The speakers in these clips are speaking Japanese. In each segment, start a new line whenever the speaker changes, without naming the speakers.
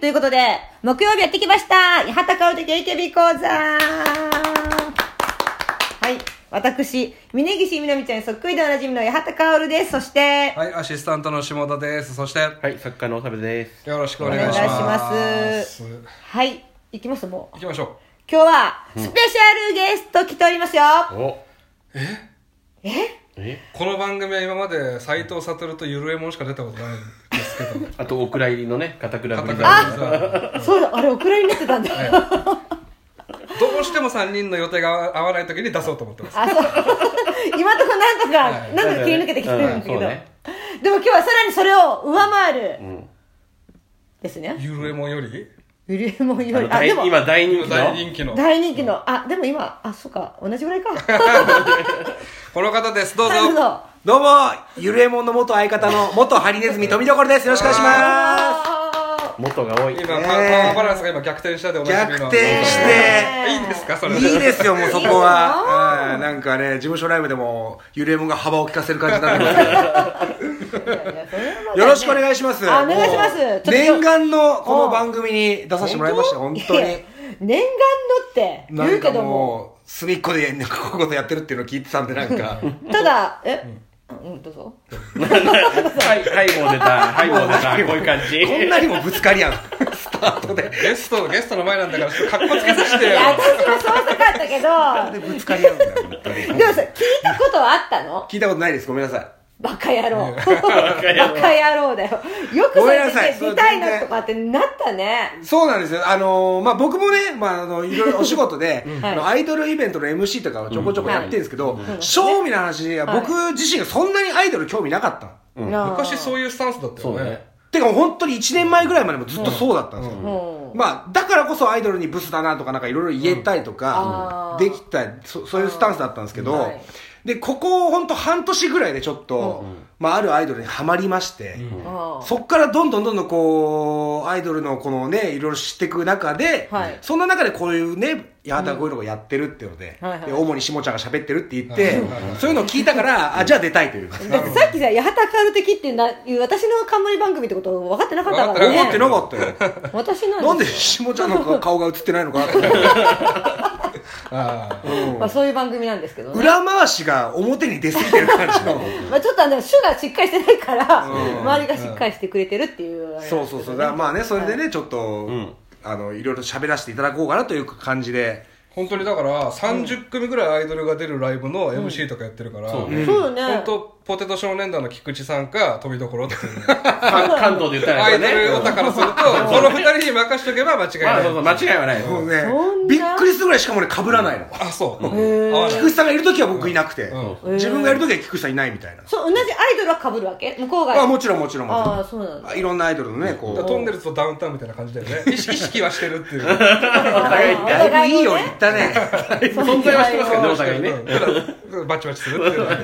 ということで、木曜日やってきました八幡薫的 AKB 講座はい。私、峯岸みなみちゃんにそっくりでおなじみの八幡薫です。そして、
はい、アシスタントの下田です。そして、
はい、作家のおさべです。
よろしくお
お
願
願
い
い
し
し
ま。
ますす。はい。いきますもう
行。きましょ
今日は、スペシャルゲスト来ておりますよ、
お、
え
え、
う。この番組は今まで斎藤悟とゆるえもんしか出たことないんですけ ど、
あとお蔵入りのね、片倉ぶり
片
だ
倉ぶりだ
あそうだ、あれ、お蔵入りになってたんだ。
どうしても3人の予定が合わない時に出そうと思ってます。
あ、そう。今のところなんとか、
はい
なんとか切り抜けてきてるんだけど。
うんそうね
でも今日はさらにそれを上回る。ですね。
ゆるえもんより
ゆりえもんよ
あ
り。
の
あ、
大
でも、
今大人気の。
大人気の。
大人気の。あ、でも今、あ、そうか、同じぐらい か。
この方です、どうぞ。
なるほど。
どうも、ゆるえもんの元相方の元ハリネズミ富所です。よろしくお願いしま
あ
元が多い。
今、
い
パ
ね
パワーバランスが今逆転したでおなじみの。
逆転し
ー
いいんですか、それ
す。いいですよ、もうそこ
いい
は。うんなんかね、事務所ライブでも、ゆるえもんが幅を利かせる感じになって
いやいやそれはまだね
ます。よろしくお願いします。
あお願いします
もう
ちょっと
念願のこの番組に出させてもらいました、本当
いや
に。
念願のって
な
言うんけ
か
ども。
もう、隅っこで、なんかこういうことやってるっていうのを聞いてたんで、なん か。
ただ、え、うん、どうぞ。
はい、はい、もう出た。はい、もう出た。こういう感じ。
こんなにもぶつかり合う。スタートで。
ゲスト、ゲストの前なんだから、ちょっと格好つけさせ
い
てよ
や、。私もそうしたかったけ
で
ど、
ぶつかり合うんだよ、本当に。
でもさ、聞いたことはあったの
聞いたことないです、ごめんなさい。
バカ野 郎。バカ野郎だよ。よく
ご
そ
め
れ
んなさい
で出たいなとかってなったね。
そうなんですよ。あのーまあ、僕もね、まあ、あの、いろいろお仕 事で、あのアイドルイベントの MC とかをちょこちょこやってるんですけど、正味な話、
はい
僕自身がそんなにアイドル興味なかった。
昔
う。
そういうスタンスだった
そ
よ
うだ
ね
ね。。
てか、本当に1年前ぐらいまでもずっとそうだったんですよ。
うん。
まあ、だからこそアイドルにブスだなとかなんかいろいろ言えたりと
うんあ
か、
ー
できたりそ、そういうスタンスだったんですけど、
はい
で、ここ本当半年ぐらいでちょっと、まあ、あるアイドルにはまりまして、
うん
そっからどんどんどんどんこう、アイドルのこのね、いろいろ知っていく中で、
はい
そんな中でこういうね、やだこういうのをやってるっていうので、
はいはい
で主にしもちゃんが喋ってるって言って、
はいはい
そういうのを聞いたから、あ、じゃあ出たいという。
だってさっきさ、八幡カル的ってな、いう私の冠番組ってこと分かってなかったからね。
思ってなかったよ。
私なん
なんで
です
しもちゃんの顔が映ってないのかなと思って。
ああ。
よま あそういう番組なんですけどね。
裏回しが表に出過ぎてる感 じの。
まあちょっとあの、主がしっかりしてないから、周りがしっかりしてくれてるっていうあれなん
そう
ですけ
そ
どね。
うそう。だからまあね、それでね、ちょっと、あの、いろいろ喋らせていただこうかなという感じで。
本当にだから30組ぐらいアイドルが出るライブの MC とかやってるから、
そうね
そうね。
本当ポテト少年団の菊池さんか富所っていう
関関東で言ったら
アイ
やっ
ド
ぱ
ルオタ
ね。
からするとこの二人に任しとけば間違い
ま
な
あ、
い、
そうそう、間違いはない。
もう
そ
ね
そん、な
びっくりするぐらいしかもね、被らないの。
あそう、
へー
合わない
菊池さんがいる時は僕いなくて、
う
自分がいる時は菊池さんいないみたいな、
そう、同じアイドルは被るわけ向こうが。
あもちろんもちろんもちろ
ああ、そうなん
ん
だ。
あいろんなアイドルのねこ
だから
う
トンネルズとダウンタウンみたいな感じだよね意識意識はしてるっていうだ
だいぶいいよ
お互の
うに言
ね
ったね
存在はしてますけどね、お互いね。
からバチバチするっていうね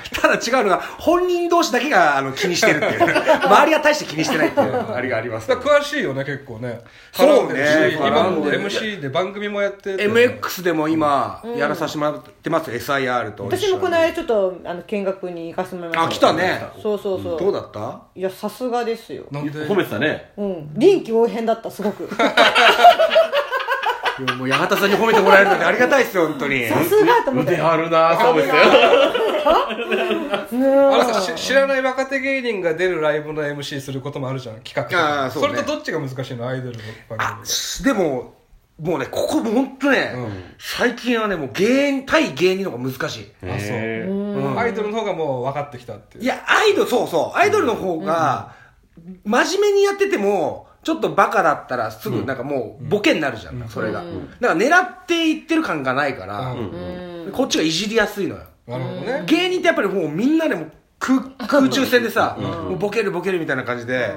ただ違うのが本人同士だけがあの気にしてるっていう 周りは大して気にしてないっていうあれがあります
だから詳しいよね結構ね
そうね
今
絡んでる
MC で番組もやってて
MX でも今やらさせてもらってます、SIR と
私もこの間ちょっとあの見学に行かせてもらいました
あ来たね
そうそうそう
どうだった
いやさすがですよ
なんで
褒めてたね。
うん臨機応変だったすごくさ
いやもう八幡さんに褒めてもらえるなんてありがたいですよ本当に
すがと思って
腕あるなそうですよ。
あのさし知らない若手芸人が出るライブの MC することもあるじゃん企画とか
あーそうね
れとどっちが難しいのアイドルの番
あ
組
でももうねここも本当ね、最近はねもう芸人対芸人の方が難しい
あそう
へ
うんアイドルの方がもう分かってきたっていう
いや、アイドル、そうそう、アイドルの方が、真面目にやってても、ちょっとバカだったらすぐなんかもうボケになるじゃん、それが。だから狙っていってる感がないから、
うん
こっちがいじりやすいのよ。
なるほどね
芸人ってやっぱりもうみんなでも空空中戦でさ、もうボケるボケるみたいな感じで、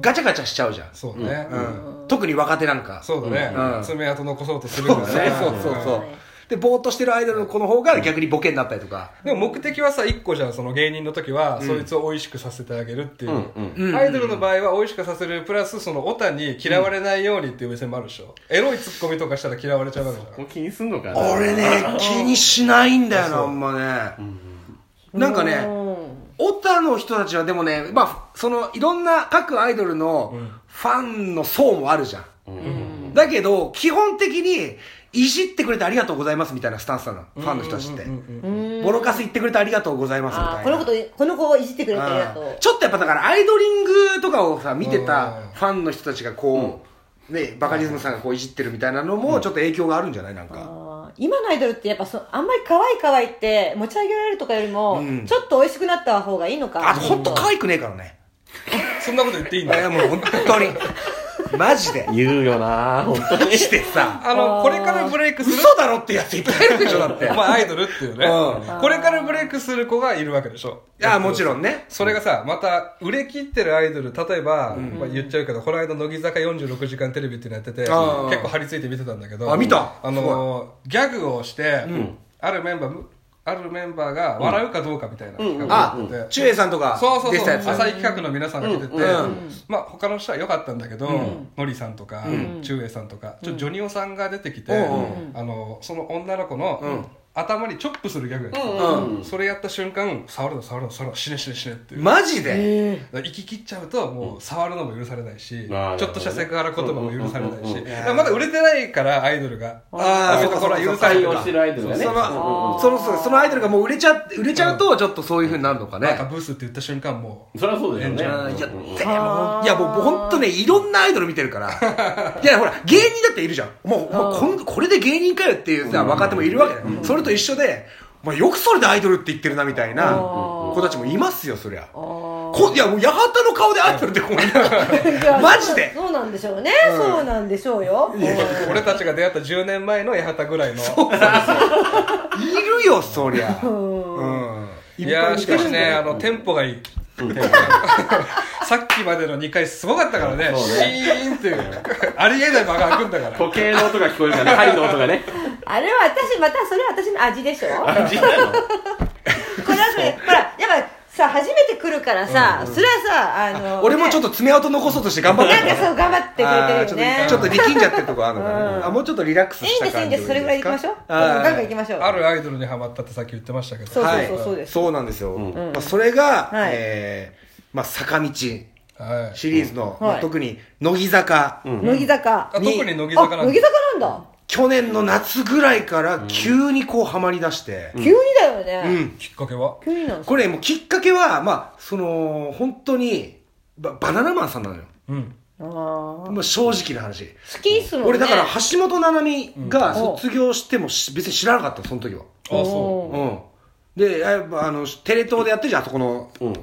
ガチャガチャしちゃうじゃん。
そうね
うん特に若手なんか。
そうだ
う
ね
ん
爪痕残そうとする
そ
ん
う
だ
そう
ね
そうそうそう。で、ぼーっとしてるアイドルの子の方が逆にボケになったりとか。
でも目的はさ1個じゃんその芸人の時はそいつを美味しくさせてあげるっていうアイドルの場合は美味しくさせるプラスそのオタに嫌われないようにっていう目線もあるでしょエロいツッコミとかしたら嫌われちゃうわけじゃん
これ気にすんのかな。
俺ね、気にしないんだよな、あんまね。なんか
う
ね、
ん
オタの人たちはでもね、まあ、そのいろんな各アイドルのフファンの層もあるじゃん。だけど、基本的に、いじってくれてありがとうございますみたいなスタンスなの。ファンの人たちって。ボロカス言ってくれてありがとうございますみたい
あ
な。
ーこのことこの子をいじってくれてありがと
うん
う
ちょっとやっぱだからアイドリングとかをさ見てた
うん
ファンの人たちがこう、ねバカリズムさんがこういじってるみたいなのもちょっと影響があるんじゃないなんか、
あー今のアイドルってやっぱそあんまり可愛い可愛いって持ち上げられるとかよりも、
うん
ちょっと美味しくなった方がいいのか
あと本当可愛くねえからね
そんなこと言っていいん
い
だ
や
よ。
もう本当 にマジで
言うよな本当に。
してさ
あの、これからブレイクする。
嘘だろってやついっぱいいるでしょだって
お前アイドルっていうね
う。
これからブレイクする子がいるわけでしょ。
いやもちろんね
それがさ、また、売れ切ってるアイドル、例えば、まあ言っちゃうけど、この間、乃木坂46時間テレビっていうのやってて、結
あー
構張り付いて見てたんだけど、
あ見た
あのー、ギャグをして、あるメンバー、あるメンバーが笑うかどうかみたいな企画
あ
があって、
ちゅえさんとか
そうそう
出
そ
て
う
たやつ
浅い企画の皆さんが出てて、
うん
まあ、他の人は良かったんだけど、のりさんとか、ちゅうえいさんとかちょっとジョニオさんが出てきて、
う
あのその女の子の、頭にチョップするギャグやってた
う
それやった瞬間触るの触るの触るの死ね死ね死ねっていう、
マジで
え
だから行き切っちゃうともう触るのも許されないし、
あー
ちょっとしたセクハラ言葉も許されないし、
うんうんうんうん
だからまだ売れてないからアイドルが
あ
そう
ー
いうところは許され
採
る
用
か
してるアイドルがね。
そのそのそのそのアイドルがもう売れちゃ売れちゃうとちょっとそういうふうになるのかね
なんかブースって言った瞬間 も
それはそうだよね。
あーいや、
うん
でも、いや、もう、本当ね、いろんなアイドル見て るから。いや、ほら、芸人だっているじゃん。もう、もうこんこれで芸人かよっていうさ、若手もいるわけだよ。それと一緒で、まあ、よくそれでアイドルって言ってるな、みたいな子たちもいますよ、そりゃ。こいや、もう、八幡の顔でアイドルってこう言うから マジで。
そうなんでしょうね、そうなんでしょうようん
俺たちが出会った10年前の八幡ぐらいの
いるよ、そりゃ。うん。
い
っぱ
やー
見
してか
る
し
んだ
ね、
よ
あの、テンポがいい。さっきまでの2回すごかったからね、
そう
シ
ね
ーンっていう、ありえない間が空くんだから。
時計の音が聞こえる からね。針の音がね。
あれは私またそれは私の味でしょこれは
感じなの
それほらやっぱさ初めて来るからさ、それはさあの
俺もちょっ
と
と爪痕残そうとして頑張って
なんかそう頑張って
あー
くれてる
ちょっ
よ
と
ね
ちょっと力んじゃってるとこあるのかな、あもうちょっとリラックス
いい
し
んです
た
いいん
感
で
じ
すそれぐらいで行きましょう
あー
ガンガン行きましょう
あるアイドルにハマったってさっき言ってましたけど。
そう
はい。
そう
は
そう
い
そうです
そうなんですよ、まあ、それが、
はい
えーまあ、坂道シリーズの、
うん
まあ
はい
特に乃木坂、
乃木坂
あ特に乃木
あ
坂なん
乃木
だ
坂なんだ、
去年の夏ぐらいから急にこうハマりだして、
急にだよね、
うん
きっかけは
急になんです
これもうきっかけは、まあ、その本当にババナナマンさんなのよ、
うん。
あー
まあ、正直な話、
好きっすもんね
俺だから橋本奈々美が
うん
卒業してもし別に知らなかったのその時は、
あ、そ
うん、でやっぱあのテレ東でやってるじゃんあそこの
うん。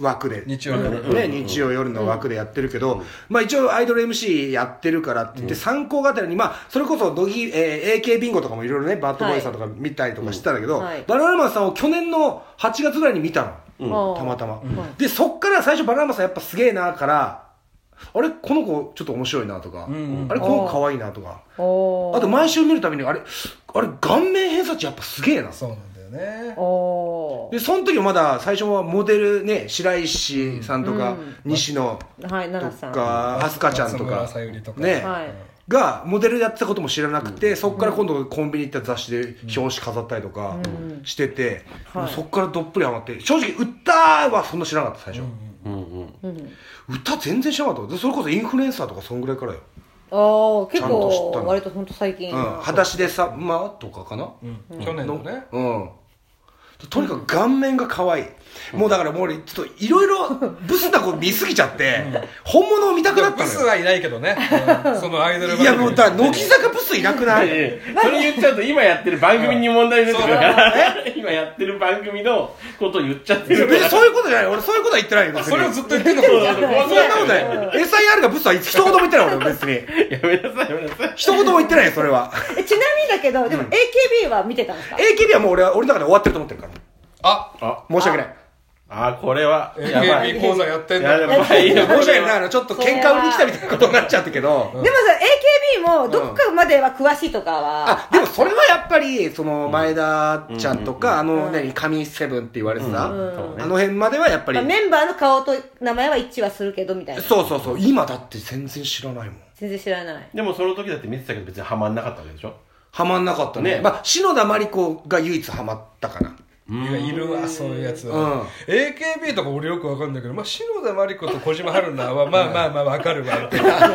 枠で
う。日曜日。
ね、日曜夜の枠でやってるけど、まあ一応アイドル MC やってるからって言って、参考がてらに、まあ、それこそ乃木、えー、AK ビンゴとかもいろいろね、バッドボーイさんとか見たりとかしてたんだけど、
うんはい
バナナマンさんを去年の8月ぐらいに見た
う
の。
ん
たまたま、
ん
で、そっから最初バナナマンさんやっぱすげえなから、あれこの子ちょっと面白いなとか、
ん
あれこの子可愛いなとか、
おー
あと毎週見るたびに、あれ、あれ顔面偏差値やっぱすげえな。
そうなんだよね。
おー
で、その時もまだ最初はモデルね、白石さんとか、
うん
西野
はい奈々
と
さん
か、アスカちゃんとか
松村、さゆりとか。
ね、
はい
がモデルやってたことも知らなくて、そこから今度コンビニ行った雑誌で表紙飾ったりとか
うん
してて、
うんはい
そこからどっぷりハマって、正直歌はそんな知らなかった最初。
うんうん。
うん
歌全然知らなかった。でそれこそインフルエンサーとかそんぐらいからよ。
ああ結
ちゃんと知った
構
の
割と本当最近、
うん。裸足でさ、まあとかかな、
うん去年のね。
うん。とにかく顔面が可愛い。もうだからもう俺、ちょっといろいろブスな子見すぎちゃって、本物を見たく
いや
なった
ブ
の
ス
よ。
はいないけどね。うんそのアイドル
い
番組
やもうだから乃木坂ブスいなくない
それ言っちゃうと今やってる番組に問題出てくるから、今やってる番組のことを言っちゃって
別
るから
に。そういうことじゃない。俺そういうことは言ってないよ。別に
それをずっと言ってんの かと思っ
そ
た
うそう
そんなことない。SIR がブスは一言も言ってない、俺、別に。
やめなさい、やめなさい。
一言も言ってないよ、それは。
えちなみにだけどでも AKB は見てたんですか、
AKB はもう俺は、俺の中で終わってると思ってるから。
あ、
あ、
申し訳ない。
あ、これは、やばい。
AKB 講座やってんだ。
やばい。
申し訳ない。あの、ちょっと喧嘩売りに来たみたいなことになっちゃったけど。
でもさ AKB もどっかまでは詳しいとかは
あ、、でもそれはやっぱり、その、前田ちゃんとか、あの、何、神セブンって言われてた、
ん
あの辺まではやっぱり
まあ、、メンバーの顔と名前は一致はするけどみたいな
そうそうそう、今だって全然知らないもん。
全然知らない
でもその時だって見てたけど別にハマんなかったわけでしょ
ハマんなかったね。
ね
まあ、篠田麻里子が唯一ハマったかな。
いやいるわそういうやつ
うん
は、AKB とか俺よくわかんないけど、まあ、篠田麻里子と小島春菜 はまあまあまあわかるわみたいな
たわ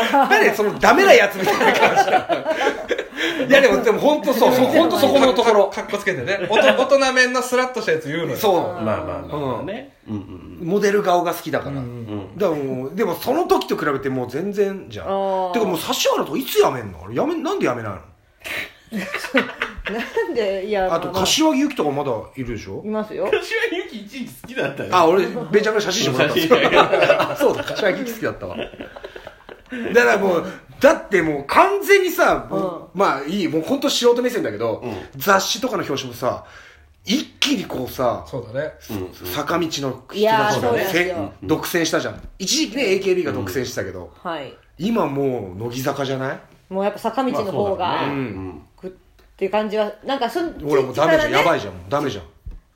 ー何そのダメなやつみたいな感 じいやでもでも本当そうそう本当そこのところ
かっこつけてねおと 大人面のスラッとしたやつ言うのよ
そう
まあまあまあまあね。うんうん
モデル顔が好きだから、
うん。うん
だからもうでもその時と比べてもう全然じゃん
あー
てかもう指原といつやめんのあれやめなんでやめないの
なんでいや
あと
まま
柏木由紀とかまだいるでしょ
いますよ
私はユキ一時期好きだったよ。
あ、俺、ベちゃんの写真集もらったんですよ
写真。
あそうだ、柏木好きだったわ。だからもう、だってもう完全にさ、
う
まあいい、もう本当素人目線だけど、
う
雑誌とかの表紙もさ、一気にこうさ、
そうだね
うん
坂道の人
いやー
たちが
そ
ね
うです
せ
よ
独占したじゃん。一時期ね、AKB が独占してたけど、
はい
今もう乃木坂じゃない
もうやっぱ坂道の方
まあ
が
そうだね
グッっていう感じはなんかそん
俺もうダメじゃん、やば
い
いじゃん、もうダメじゃん。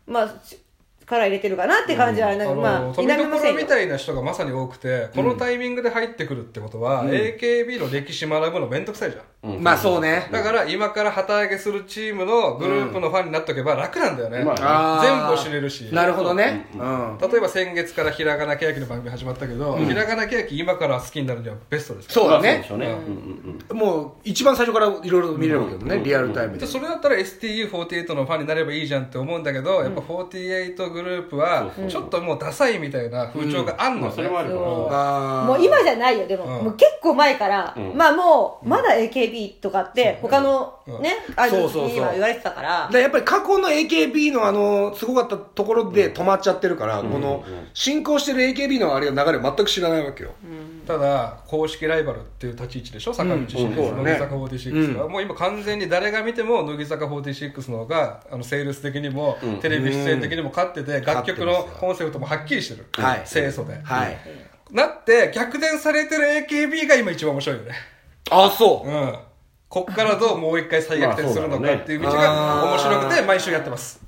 まあち力入れてるかなって感じはあれなん
あ
かま
の
あ
ー、
否
富
めませ
所
ん
み
よ
たいな人がまさに多くて、このタイミングで入ってくるってことは、AKB の歴史学ぶのめんどくさいじゃん。
うん
まあそうね。
だから今から旗揚げするチームのグループのファンになっとけば楽なんだよね。
ま
あー
全部知れるし。
なるほどね。うん。
例えば先月からひらがなけやきの番組始まったけど、ひらがなけやき今から好きになるにはベストですから
そうだね
まあ。そうでしょうね。うんうん
もう一番最初からいろいろ見れるわけだもんね、
うん
リアルタイムで
で。それだったら STU48 のファンになればいいじゃんって思うんだけど、やっぱ48グループは
そうそう
ちょっともうダサいみたいな風潮があ
うんん。
の
ま
ね、
あそれもあるか
そう
ら。
あー
もう今じゃないよでも,、
うん
もう結構前から、
うん
まあもうまだ AKB とかって
そう
他の
うん
ね、アイドル
そうそうそう
には言われてたから
だからやっぱり過去の AKB のあのすごかったところで止まっちゃってるから、この進行してる AKB のあれの流れを全く知らないわけよ、
ただ公式ライバルっていう立ち位置でしょ坂道シックス
うんそうだね
乃木坂46は、もう今完全に誰が見ても乃木坂46の方があのセールス的にも、
うん
テレビ出演的にも勝ってて、楽曲
勝っ
の
てます
コンセプトもはっきりしてる、
はい
清楚で、
はい
なって逆転されてる AKB が今一番面白いよね
ああそう
うんこっからどうもう一回再逆転するのか
まあそうだね
っていう道が面白くて毎週やってます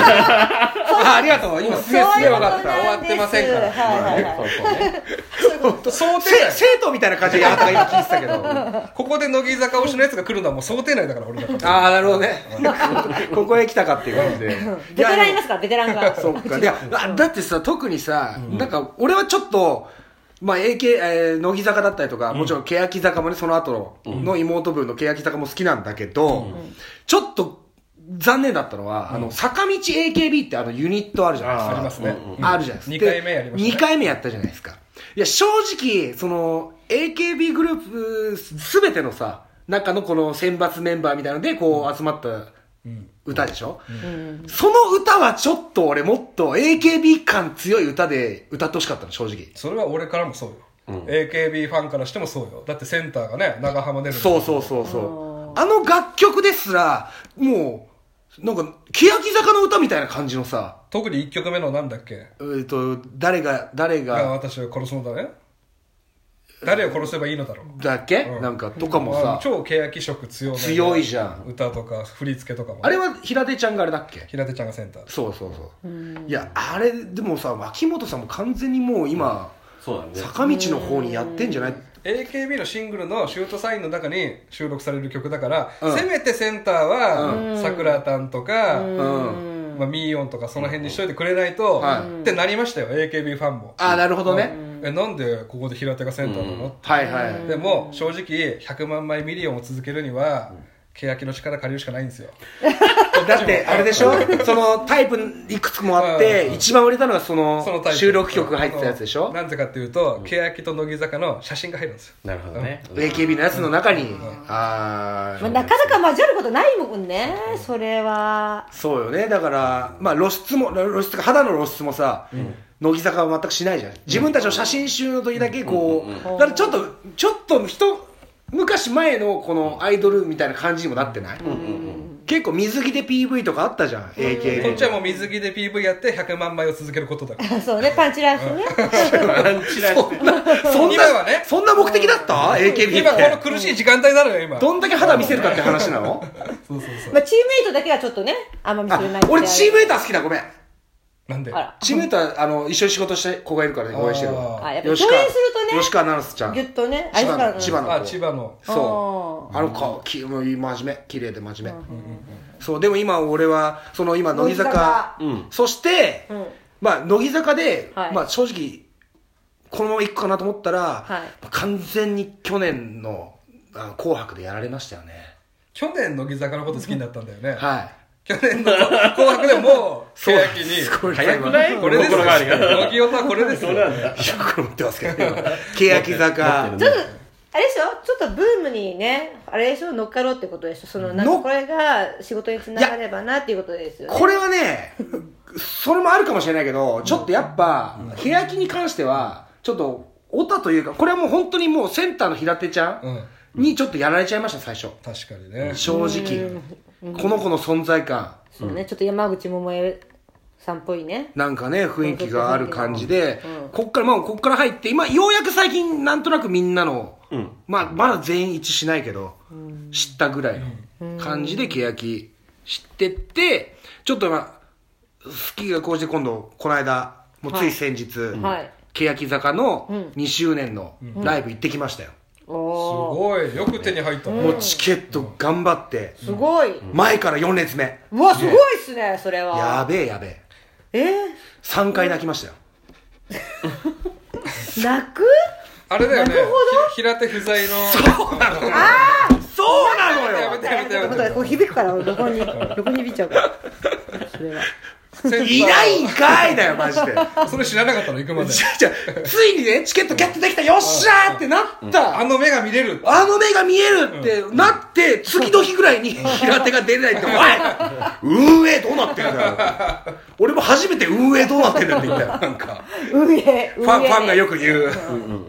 あありがとう今すげえすげえ分かっ
そういう
終わってませんから
ことなんですはいはい
そ
は
う
い
そうね。
た
想定
せ
内
生徒みたいな感じであなたが今聞いてたけど あ
ここで乃木坂推しのやつが来るのはもう想定内だから俺だから
あなるほどね ここへ来たかっていう感じで
ベテランいますからベテランが
そっかいやあだってさ特にさ、なんか俺はちょっと、まあ AK えー乃木坂だったりとか、もちろん欅坂もねその後の,、の妹分の欅坂も好きなんだけど、ちょっと残念だったのは、あの坂道 AKB ってあのユニットあるじゃないです
あ
か
りますね、うん
あるじゃないですか。
二回目やりましたね
2回目やったじゃないですか。いや、正直、その、AKB グループすべてのさ、中のこの選抜メンバーみたいので、こう集まった歌でしょ、その歌はちょっと俺もっと AKB 感強い歌で歌ってほしかったの、正直。
それは俺からもそうよ、AKB ファンからしてもそうよだってセンターがね長浜出る
そうそうそうそう。あの楽曲ですら、もう、なんか、欅坂の歌みたいな感じのさ、
特に1曲目のなんだっけ
えっ、と、誰が、誰
が
が、
私を殺すのだね誰を殺せばいいのだろう
だっけ、
うん
なんか、とかも
ま
さ
あ、超欅色強め
強いじゃん
歌とか振り付けとかも
あれは平手ちゃんがあれだっけ
平手ちゃんがセンター
そうそうそういやあれでもさ脇本さんも完全にもう今、
そうだね。
坂道の方にやってんじゃない
AKB のシングルの「シュートサイン」の中に収録される曲だから、
うん
せめてセンターはさくらたんとか、
うん
まあ、ミーヨンとかその辺にしといてくれないと、
はい
ってなりましたよ AKB ファンも
ああなるほどね、
えなんでここで平手がセンターなの、
はいはい、
でも正直100万枚ミリオンを続けるには、欅の力借りるしかないんですよ
だってあれでしょそのタイプいくつもあっ
う
て
ん
一番売れたのがそ
その
の
タイプ
収録曲が入ってたやつでし
あの
ょ
なんでかっていうと欅と乃木坂の写真が入るんですよ
なるほどね。
AKB のやつの中に、あ
まあ
あ
なかなか交わることないもんねそれは
そうよねだから、まあ、露出も露出肌の露出もさ、乃木坂は全くしないじゃん自分たちの写真集の時だけこう、だからちょっとちょっと人昔前のこのアイドルみたいな感じにもなってない、結構水着で PV とかあったじゃん、
こっ
AKB
ちはもう水着で PV やって100万枚を続けることだから
そうねパンチラン スね
パンチラして
そんな
今はね
そんな目的だった AKB って
今この苦しい時間帯なのよ今
どんだけ肌見せるかって話なの
そうそうそう
まあチームメイトだけはちょっとねあんま見せ
あ
れない
俺チーム
メイ
メーター好きだごめん
なんで
あら
チームメイトは、あの、一緒に仕事して、子がいるからね、応援してる
あ
わ。
あやっぱ共演するとね
吉川奈々
ぎゅ
ち
っとね
ゃん。千葉
あ
の、千葉の
あ
子
千葉の
そう。あの子、きもう真面目。綺麗で真面目。そう、でも今俺は、その今、乃木坂
乃木坂うん、
そして
うん、
まあ、乃木坂で、
はい
まあ、正直、このまま行くかなと思ったら
はい、
完全に去年の、あの紅白でやられましたよね。
去年乃木坂のこと好きになったんだよね
はい。
去年の紅白でもう
そう
欅に
すごい
早くない
これですよ
心変わりが
乃木音はこれですよ
そうなんだ
いやこれ持ってますけど、 今欅坂。
ちょっとあれでしょちょっとブームにねあれでしょ乗っかろうってことでしょそのなん
乗
か
っ
これが仕事につながればなっていうことですよね
これはね、それもあるかもしれないけど、ちょっとやっぱ、欅に関しては、ちょっと、オタというか、これはもう本当にもうセンターの平手ちゃんにちょっとやられちゃいました、最初。
確かにね
正直。この子の存在感、
そうねちょっと山口百恵さんっぽいね
なんかね、雰囲気がある感じで、こっから、まあ、こっから入って、今、ようやく最近、なんとなくみんなの、
うん
まあ、まだ全員一致しないけど、知ったぐらいの感じで、欅知ってって、ちょっとまあ、好きがこうして今度、この間、もうつい先日、
はい
欅坂の
うん
2周年のライブ行ってきましたよ。
お
す
お
ごいよく手に入ったね
もうチケット頑張って、
すごい
前から4列目。
うわすごいっすねそれは
やべえやべえ。
え
3回泣きましたよ。
ー泣く
あれだよね
なるほど
ひ平手不在の
そうなのよ
やめてやめてやめ
だから
て
こう響くから横 に横に響いちゃうからそれは
いうないんかいだよ、マジで。
それ知らなかったの行くまで
じゃあついにね、チケットゲットできた、よっしゃーってなった、
あの目が見れる
あの目が見えるってなって、次の日ぐらいに平手が出れない って、おい運営どうなってんだよ。俺も初めて運営どうなってんだよって言 ったよ。なんか、
運営
ファン、ファンがよ
く
く言う。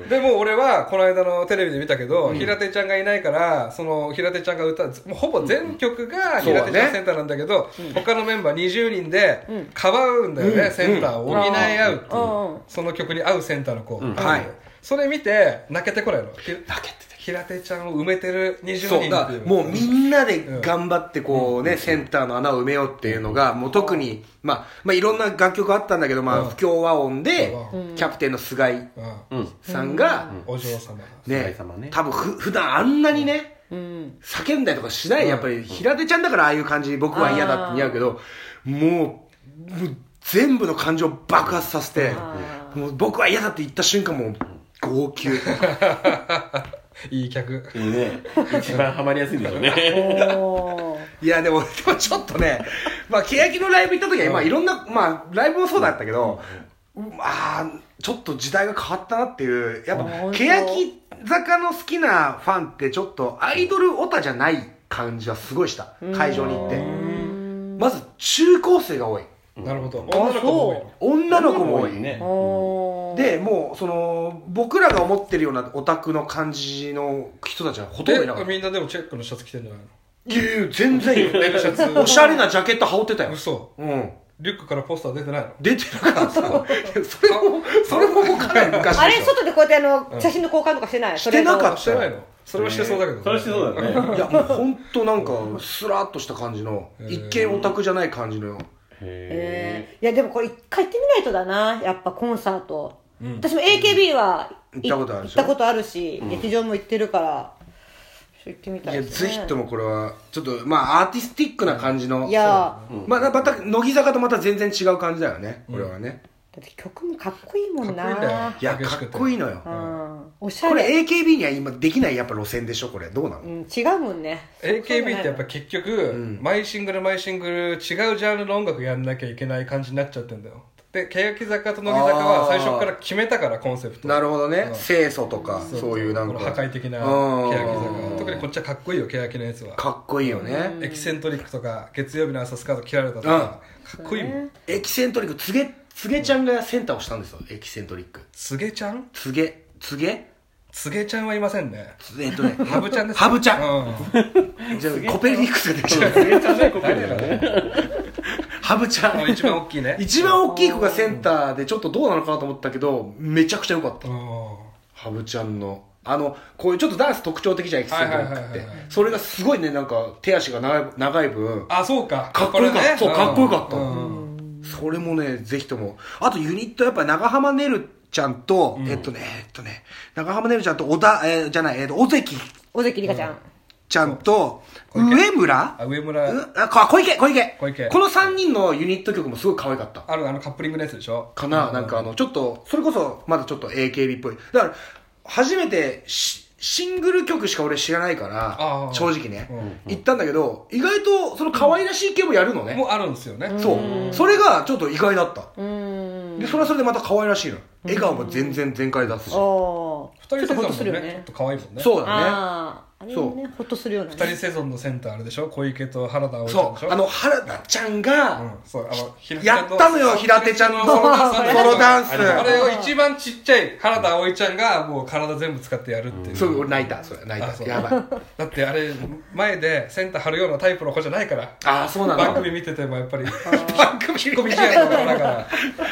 でも俺はこの間のテレビで見たけど、平手ちゃんがいないからその平手ちゃんが歌うもうほぼ全曲が平手ちゃんセンターなんだけど、他のメンバー20人でかばうんだよね、センターを補い合うっていう、
うんうん
その曲に合うセンターの子、
はい
それ見て泣けてこないのひ
だけって
平手ちゃんを埋めてる20人っ
そうだ
ていう
もうみんなで頑張ってこうね、センターの穴を埋めようっていうのがもう特に、まあ、まあいろんな楽曲あったんだけど、ま
うん
あ、不協和音で
う
キャプテンの菅井
うん
うん
さんが、
お嬢様
菅井
ね
様ね
多分ふ普段あんなにね、
うん
叫んだりとかしないやっぱり平手ちゃんだからああいう感じ僕は嫌だって似合うけどもうもう全部の感情を爆発させて
あ
もう僕は嫌だって言った瞬間もう号泣
いい客
いいね一番ハマりやすいんだろうね
おー
いやでも でもちょっとねまあ欅のライブ行った時は、まあ、いろんな、まあ、ライブもそうだったけど、まあちょっと時代が変わったなっていうやっぱ
あ本当
欅坂の好きなファンってちょっとアイドルオタじゃない感じはすごいした会場に行ってまず中高生が多い
なるほど女の子も多いの
女の子も多
多
い
いね
おー
でもうその僕らが思ってるようなオタクの感じの人たちはほとんどいなか
で
ったい
みんなでもチェックのシャツ着てんじゃない
やいや全然い
の
い
レルシャツ
おしゃれなジャケット羽織ってたよ
嘘
うん
リュックからポスター出てないの
出て なかったよそれもそれももうかなり昔
あれ
でしょ
外でこうやってあの写真の交換とかしてない
してなか
あ
っ
してないのそれはしてそうだけど、
それしてそうだね
いやもう本当なんかスラーっとした感じの
へ
一
ー
見オタクじゃない感じの
ええいやでもこれ一回行ってみないとだなやっぱコンサート、私も AKB は
行っ
い
たことあ
行
るで
っ
しょ
たことあるし、劇場も行ってるからちょっと行ってみた
い
い
や
です、
ぜ
ね、
ひともこれはちょっとまあアーティスティックな感じの
いや
そうまあまた乃木坂とまた全然違う感じだよねこれはね
だって曲もかっこいいもんな
かっこいいんだよ
いや
激しくて
かっこいいのよ
うん、おしゃ
こ
れ、
れ AKB には今できないやっぱ路線でしょこれどうなの
うん、違うもんね
AKB ってやっぱ結局、毎シングル毎シングル違うジャンルの音楽やんなきゃいけない感じになっちゃってんだよで欅坂と乃木坂は
あー
最初から決めたからコンセプト
なるほどね
うん
清楚とかそういうなん
こ
か
の破壊的な
うん
欅坂特にこっちはかっこいいよ欅のやつは
かっこいいよね
エキセントリックとか月曜日の朝スカート切られたとか、かっこいいもん
エキセントリックつげつげちゃんがセンターをしたんですよエキセントリック
つげちゃん
つげつげ
つげちゃんはいませんね
つえっとね
ハブちゃんです
ハブちゃん
ん、
じゃあコペルニクスが出てきちゃう
めっちゃねここにね
ハブちゃ
うん、
ん
一番大きいね
一番大きい子がセンターでちょっとどうなのかなと思ったけどめちゃくちゃ良かった
うん
ハブちゃんのあのこういうちょっとダンス特徴的じゃんエキセントリックっ
はいはい
て
はいはい
それがすごいねなんか手足が長い長い分
あそうか
かっこよかったそうかっこよかった
うんうん
すそれもね、ぜひとも。あとユニット、やっぱ長浜ねるちゃんと、えっとね、えっとね、長浜ねるちゃんと小田、えーじゃない、えっと、尾関
尾関里香ちゃん、
ちゃんと、上村
あ上村
うあ、こ小池、小池。
小池
この3人のユニット曲もすごい可愛かった。
あるあのカップリングのやつでしょ
かな、なんかあの、ちょっと、それこそ、まだちょっと AKB っぽい。だから、初めてシ、シングル曲しか俺知らないか
あ
ら
ー、
正直ね
うんうん、
行ったんだけど、意外と、その可愛らしい系もやるのね。
もうあるんですよね
そう。それがちょっと意外だった。
うーん
で、それはそれでまた可愛らしいの。笑顔も全然全開出すし。
お
二
ちょ
人
っと
セ
ホッ
ゾン
と
も
す
ね
るよね
ちょっと可愛いもんね
そうだね。
あああれねホッとするようなね
二人セゾンのセンターあれでしょ小池と原田葵ちゃん
そ
でし
う。
ょ
あの、原田ちゃん
う
が、
んそうあの平手ちゃ
や
ん
ったのよ、平手ちゃんの
ソロダンスあるでしょ
ソロダンス
あれ。だ
あれを一番ちっちゃい原田葵ちゃんがもう体全部使ってやるっていう
そう、俺泣いた。それ、泣い
あそう
た。やばい。
だってあれ前でセンター張るようなタイプの子じゃないから
ああ、そうな
番
の
組見ててもやっぱり
番組
引っ込み思案とかだからや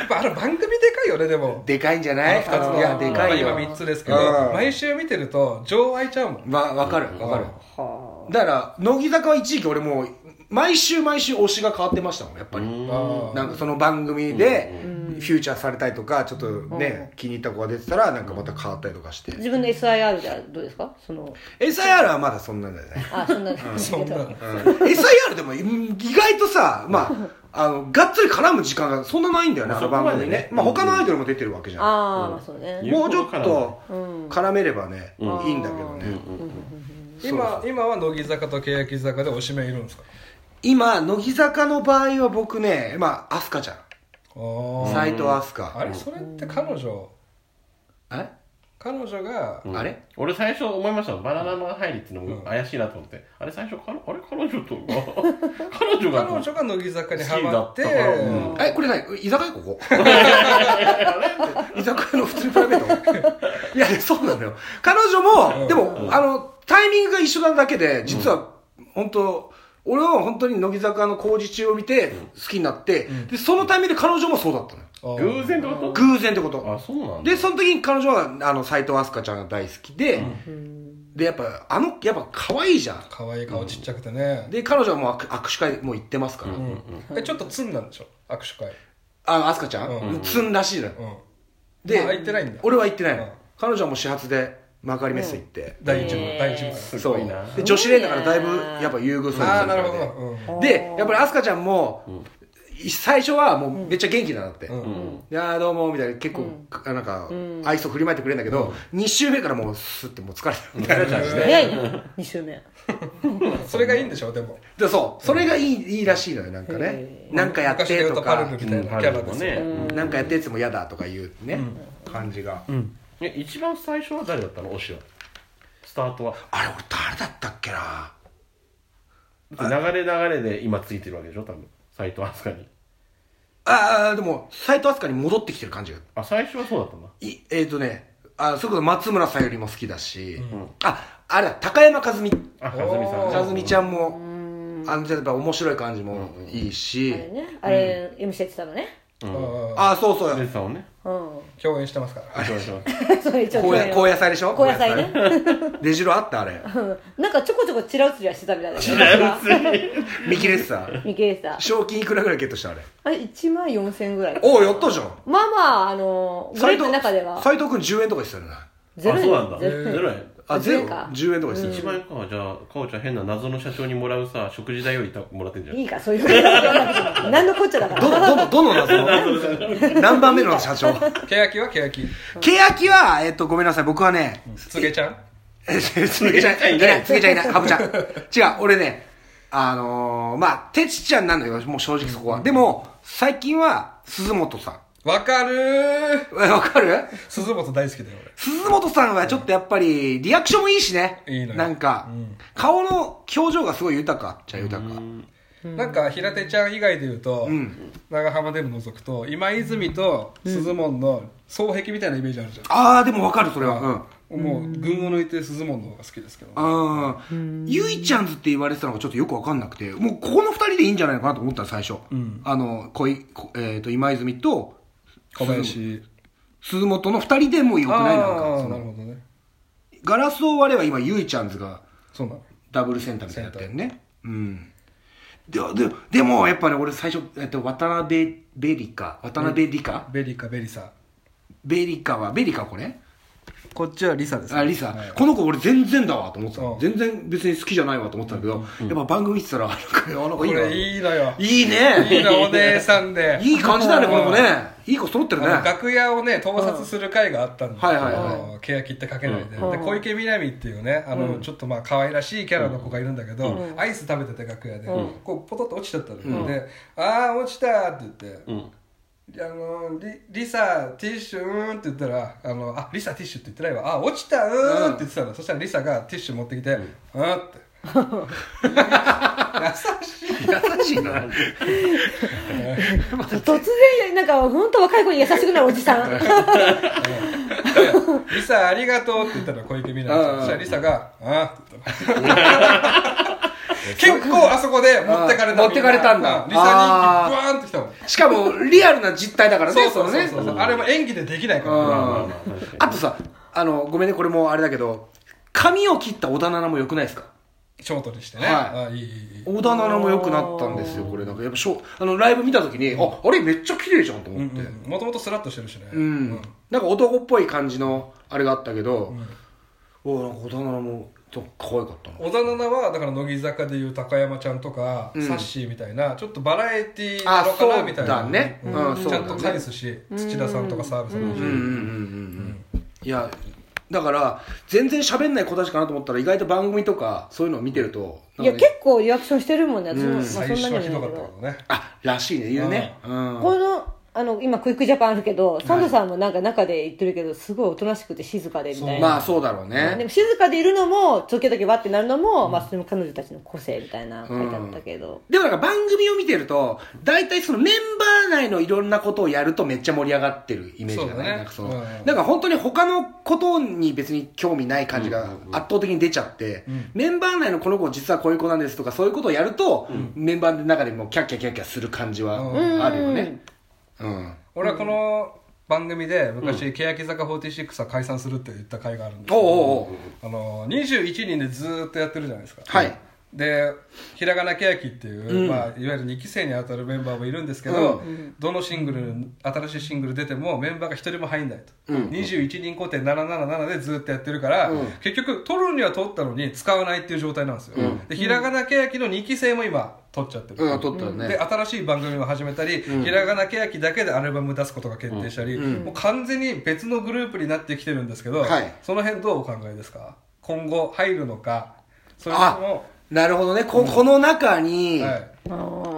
っぱあれ番組でかいよねでも
でかいんじゃない
あの二つの
いや、でかいよ。
まあ今3つですけど
うん
毎週見てると情愛ちゃうもん
まあ、わかる、わかる。
は
だから、乃木坂は一時期俺もう、毎週毎週推しが変わってましたもん、やっぱり。
あ
なんかその番組で、フューチャーされたりとか、ちょっとね、気に入った子が出てたら、なんかまた変わったりとかして
あ。自分の SIR じゃどうですかその
SIR はまだそんなんだよね。
あそん な感じ
そんなの
SIR でもうん意外とさ、まあ、あの、がっつり絡む時間がそんなないんだよね、
まあ
あの
そ
番組
こまで
ね
ね。
まあ他のアイドルも出てるわけじゃん。
ああまあそうね
もうちょっと
うん
絡めればね、い
ん
いんだけどね。
今今は乃木坂と欅坂でおしめいるんですか
今、乃木坂の場合は僕ね、まあ、アスカちゃん。
あー
斎藤飛鳥。
あれそれって彼女
え
彼女が
あれ
俺最初思いましたバナナの入りっていうのも怪しいなと思って、あれ最初かあれ彼女とか 彼
彼
女が
女が乃木坂にハマって
好きだったからうん
えこれ何居酒屋こ こ 居酒屋の普 通にプライベートいやそうなのよ彼女もでもあのタイミングが一緒なだけで実は本当俺は本当に乃木坂の工事中を見て好きになってでそのタイミングで彼女もそうだったのよ
あー
偶然ってこと
偶然ってこと
あそうなんだ
でその時に彼女はあの斎藤飛鳥ちゃんが大好きででやっぱあのやっぱ可愛いじゃん
可愛い顔ちっちゃくてね
で彼女はもう握握手会もう行ってますから
えちょっとツンなんでしょ握手会
あの飛鳥ちゃ
うん
んつんらしいのよ
うん
で、
まあ行ってないんだ
俺は行ってないの、
うん
彼女はもう始発で幕張メッセ行って、
第一部
へー
第一部
すごいな
で女子連だからだいぶやっぱ優遇そう
ああなるほどうん
ど
でやっぱり飛鳥ちゃんも、最初はもうめっちゃ元気だなって、
うん
いやーどうもみたいな結構、なんか、愛想振りまいてくれるんだけど、2週目からもうスッてもう疲れたみたいな感じで
早いね2週目
それがいいんでしょでも
でそうそれがいい,、いいらしいのよなんかね
へ
なんかやっ
昔で
て
言う
と
とパ
か
ルルみたい
うん
なキャラですよ
ね、
なんかやってやつも嫌だとかいうね、感じが、
え一番最初は誰だったの推しはスタートは
あれ俺誰だったっけな
流れ流れで今ついてるわけでしょ多分斎藤飛鳥に
ああでも斎藤飛鳥に戻ってきてる感じが
あ最初はそうだったんだ
いえっ、とねあそれこそ松村さゆりも好きだし、ああれだ高山和美
あかずみさん
おー
和美ちゃんも、あのやっぱ面白い感じもいいし、
あれねあれ MC やってたのね
うん
ああそうそう
でさんをね
うん
共演してますから
お願いし ます
そう一応
高野高野菜でしょ
高野菜ね
出汁あったあれ
なんかちょこちょこチラ写りはしてたみたいだけど
見切れてた
見切れてた
賞金いくらぐらいゲットしたあれ
あれ1万4000円ぐらい
おおやったじゃん
まあまああのグレープの中では
斎藤君10円とかしてたよね
ゼロ
あそうなんだ
ゼロ
ゼロ円
あゼロ
10か
10円とかしてたよ、
一番かじゃあかおちゃん変な謎の社長にもらうさ食事代よりたもらってんじゃん
いいかそういう こと何のこっちゃだから
どどどの謎の何番目の社長
欅は欅
欅は、えっと、ごめんなさい、僕はね、
つげちゃん
えつげちゃんいない、つげちゃんいない、ハブちゃん。 違う、俺ね、あのー、まあ、てちちゃんなんだよ、もう正直そこは。でも、最近は、鈴本さん。
わかるー
えわかる
鈴本大好きだよ
鈴本さんはちょっとやっぱり、リアクションもいいしね。
いいのよ
なんか、顔の表情がすごい豊かっちゃ豊か。
俺なんか平手ちゃん以外で言うと
ん
長浜でも除くと今泉と鈴本の双璧みたいなイメージあるじゃん
あー、でもわかる、それは。うん。
もう群を抜いて鈴本の方が好きですけど
あーゆいちゃんずって言われてたのがちょっとよくわかんなくて、もうここの二人でいいんじゃないのかなと思ったの最初。
ん
あの、こい、こえっ、と、今泉と、
小林
鈴本の二人でもよくないなん
あ
か
ー
そ
なる
の
ほどね
ガラスを割れば今ゆいちゃんズが
そうなの
ダブルセンターみたいになってるねうんでででもやっぱね俺最初、えっと、渡辺ベリカ渡辺リカ、
ベリカベリサ
ベリカはベリカこれ
こっちはリサです、
あリサ、
はい
この子俺全然だわと思ってた
うん
全然別に好きじゃないわと思ってたけど、やっぱ番組見てたらなんかあなん
こ
かいいな
れいいのよ
いいね
いいのお姉さんで
いい感じだねこの子ねいい子揃ってるね
あの楽屋をね盗撮する会があったんで、
はいはい
あの欅って書けないで,、
うん
で小池みなみっていうねあの、ちょっとまあ可愛らしいキャラの子がいるんだけど、アイス食べてて楽屋で、こうポトッと落ちちゃったのよ、で「ああ落ちた」って言って。
うん
あのリリサティッシュうーんって言ったらあのあリサティッシュって言ってないわあ落ちたうーんって言ってたの、そしたらリサがティッシュ持ってきてうんって
優しいな
突然なんか本当若い子に優しくなるおじさ ん
リサありがとうって言ったの小池みなみさ
うん
んそしたらリサが「あーって 言ったの結構あそこで持ってかれた
持ってかれたんだ
うリサ人気
あー
ブワーンってきたもん
しかもリアルな実態だからね
そうそうそう
そ
そ
の
うそ
ね
うあれも演技でできないか
うん
ら
まあまあ確かに
あとさあのごめんねこれもあれだけど髪を切った織田七も良くないですか
ショートにしてね
はい
あいいいいいい
織田七も良くなったんですよこれなんかやっぱショーあのライブ見た時にああれめっちゃ綺麗じゃんと思って
もともとスラッとしてるしね
うん、なんか男っぽい感じのあれがあったけど、おなんか織田七もちょっと可愛かったな
小田七はだから乃木坂でいう高山ちゃんとか、サッシーみたいなちょっとバラエティーなのかなみたい
あ
な
そうだね
う
うんそ
ん
う
ち
だ
ゃ
ね
んと返すし土田さんとか澤部さんと
うんうんうん
か
うんうんいやだから全然喋んない子たちかなと思ったら意外と番組とかそういうのを見てると
い
な
や
んかね
結構リアクションしてるもんね、私もまあ、
最初は
じ
ひ
ゃな
どか
い
っ
け
た
ど
けどね
あらしいね言うねうん
このあの今クイックジャパンあるけどサンドさんもなんか中で言ってるけどすごいおとなしくて静かでみたいな、
まあそうだろう
で
ね
も静かでいるのも時々わってなるのも、まあ、それも彼女たちの個性みたいな書いてあったけど、
でもなんか番組を見てると大体そのメンバー内のいろんなことをやるとめっちゃ盛り上がってるイメージが
そう
ね
だね
なんかその
うん
なんか本当に他のことに別に興味ない感じが圧倒的に出ちゃってメンバー内のこの子実はこういう子なんですとかそういうことをやるとメンバーの中でもキャッキャキャッキャする感じはあるよねうん
俺はこの番組で昔、欅坂46は解散するって言った回があるんですけ
おう
ど
おうおう
あの21人でずーっとやってるじゃないですか
はい
でひらがなけやきっていう、
うん
まあ、いわゆる2期生に当たるメンバーもいるんですけど、
う
どのシングル新しいシングル出てもメンバーが1人も入んないと、21人固定777でずっとやってるから、結局取るには取ったのに使わないっていう状態なんですよ、でひらがなけやきの2期生も今取っちゃってる、
うん取ったよね
で新しい番組を始めたり、ひらがなけやきだけでアルバム出すことが決定したり、もう完全に別のグループになってきてるんですけど、
はい
その辺どうお考えですか今後入るのかそれと
あ
も
なるほどねここの中に
はい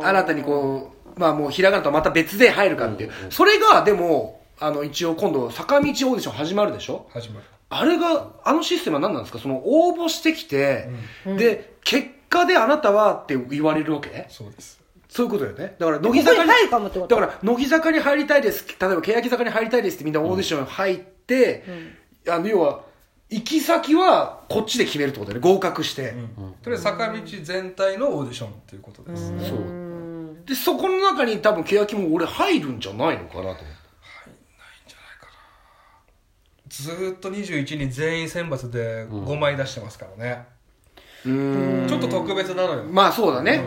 新たにこう、まあもうひらがなとはまた別で入るかっていう。それが、でも、あの、一応今度、坂道オーディション始まるでしょ
始まる
あれが、あのシステムは何なんですかその、応募してきて、で、結果であなたはって言われるわけ
そうです
そういうことだよね。だから、乃
こ
木
こに
坂に、
入るかもってこ
だ
と
から、乃木坂に入りたいです。例えば、欅坂に入りたいですってみんなオーディション入って、あの、要は、行き先はこっちで決めるってことだよね。合格して。
とりあえず坂道全体のオーディションということですね
そうでそこの中に多分欅も俺入るんじゃないのかなと思って
ずーっと21人全員選抜で5枚出してますからね、
うーん
ちょっと特別なのよ、
まあそうだねっ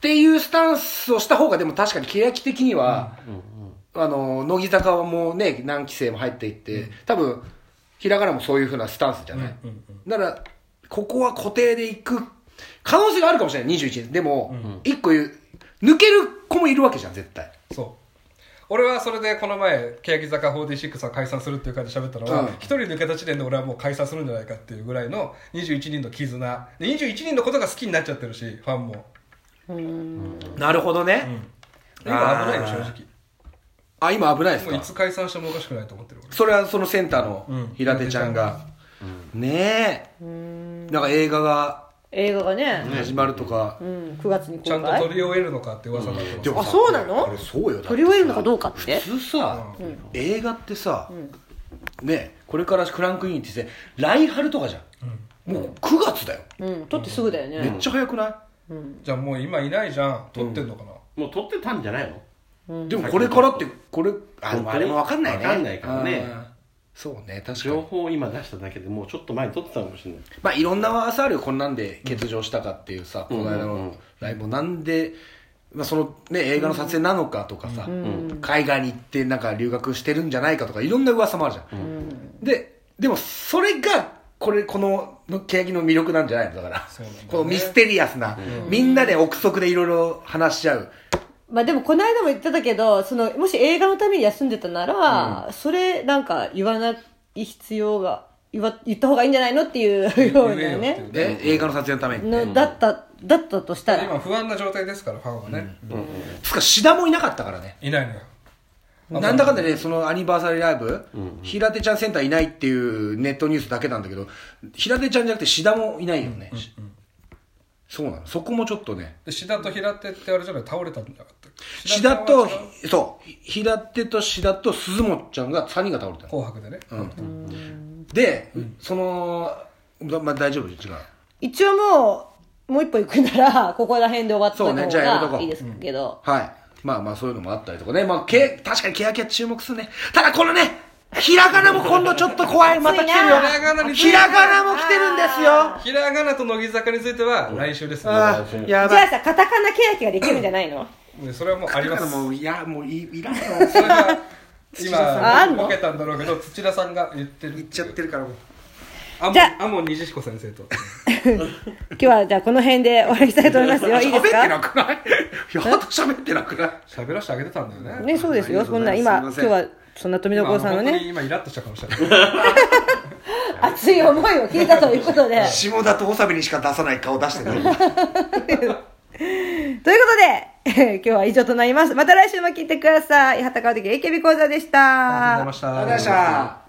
ていうスタンスをした方がでも確かに欅的には、あの乃木坂はもうね何期生も入っていって、多分ひらがなもそういうふうなスタンスじゃない、だからここは固定でいく可能性があるかもしれない21でも、一個言う抜ける子もいるわけじゃん絶対
そう俺はそれでこの前欅坂46は解散するっていう感じで喋ったの
うん
は一、人抜けた時点で俺はもう解散するんじゃないかっていうぐらいの21人の絆で21人のことが好きになっちゃってるしファンも
なるほどね、
今危ないよ正直
あ今危ないです
もうい
か
つ解散してもおかしくないと思ってる俺
それはそのセンターの平手ちゃんが、ねえなんか映画が
映画がね、
始まるとか、
うん、9月に公
ちゃんと
開
撮り終えるのかって噂になってます、
でもさ
あそうなの
これそうよだって
取り終えるのかどうかって
普通さ、映画ってさ、ねえこれからクランクインってさ来春とかじゃん、もう9月だよ、
うん取ってすぐだよね、
めっちゃ早くない、
じゃあもう今いないじゃん撮ってんのかな、
もう撮ってたんじゃないの
でもこれからってこれあでもあれも分かんないね
分かんないからね
うんそうね確か
情
に
報を今出しただけでもうちょっと前に撮ってたかもしれない
まあいろんな朝あるよこんなんで欠場したかっていうさ、
うん
この間
うんうんう
の
ん
ライブもなんで、まあ、そのね映画の撮影なのかとかさ、海外に行ってなんか留学してるんじゃないかとかいろんな噂もあるじゃん、ででもそれがこれこのの欅の魅力なんじゃないのだから
そうなんだよね
このミステリアスな、みんなで憶測でいろいろ話し合う
まあでもこの間も言ってたけど、その、もし映画のために休んでたなら、それなんか言わない必要が、言わ、言った方がいいんじゃないのっていうような
言えよってい
ね
う。
ね、映画の撮影のために、
の、だった、だったとしたら。
今不安な状態ですからファンはね、
つか志田もいなかったからね
いないのよ
なんだかんだね、そのアニバーサリーライブ、平手ちゃんセンターいないっていうネットニュースだけなんだけど、平手ちゃんじゃなくて志田もいないよね。そうなの。そこもちょっとね。
で志田と平手ってあれじゃない倒れたんじゃなかったっけ
志田と
志田は違う、
そう、平手と志田と鈴本ちゃんが3人が倒れたの。
紅白でね、
で、その、だまあ大丈夫違う。
一応もう、もう一歩行くなら、 ここら辺で終わった
そうねじゃあやめ
方
とこ
が
う
いいですけど。
はい。まあまあそういうのもあったりとかね。まあ、け確かに欅は注目するね。ただこのね、ひらがなも今度ちょっと怖い。また来てるよ
ひらがな。について
ひらがなも来てるんですよ。
ひらがなと乃木坂については来週ですね、
ああ、や
じ
ば
ゃあ
い。
さ、カタカナケヤキができるんじゃないの
ねそれはもうあります
もう、いや、もういいらんよ。
それが
ああん
今
の
ボケたんだろうけど土田さんが言ってる
言っちゃってるからもう。
あも
じゃ
あもう虹彦先生と
今日はじゃあこの辺で終わりにしたいと思いますよ。いいです
喋って
か
なくないやっと喋ってなくない
喋らせてあげてたんだよね
ね、そうですよ。そんな、今、
すい
今
ませ
日
ん
は、そんな富
まあ
所さんの
本当
ね、
に今イラッとしたかもしれない
熱い思いを聞いたということ で。
下田とおさびにしか出さない顔出してない。
ということで、 今日は以上となります。また来週も聞いてください。畑川的 AKB 講座でした。
ありがとうございました
ありがとうございました。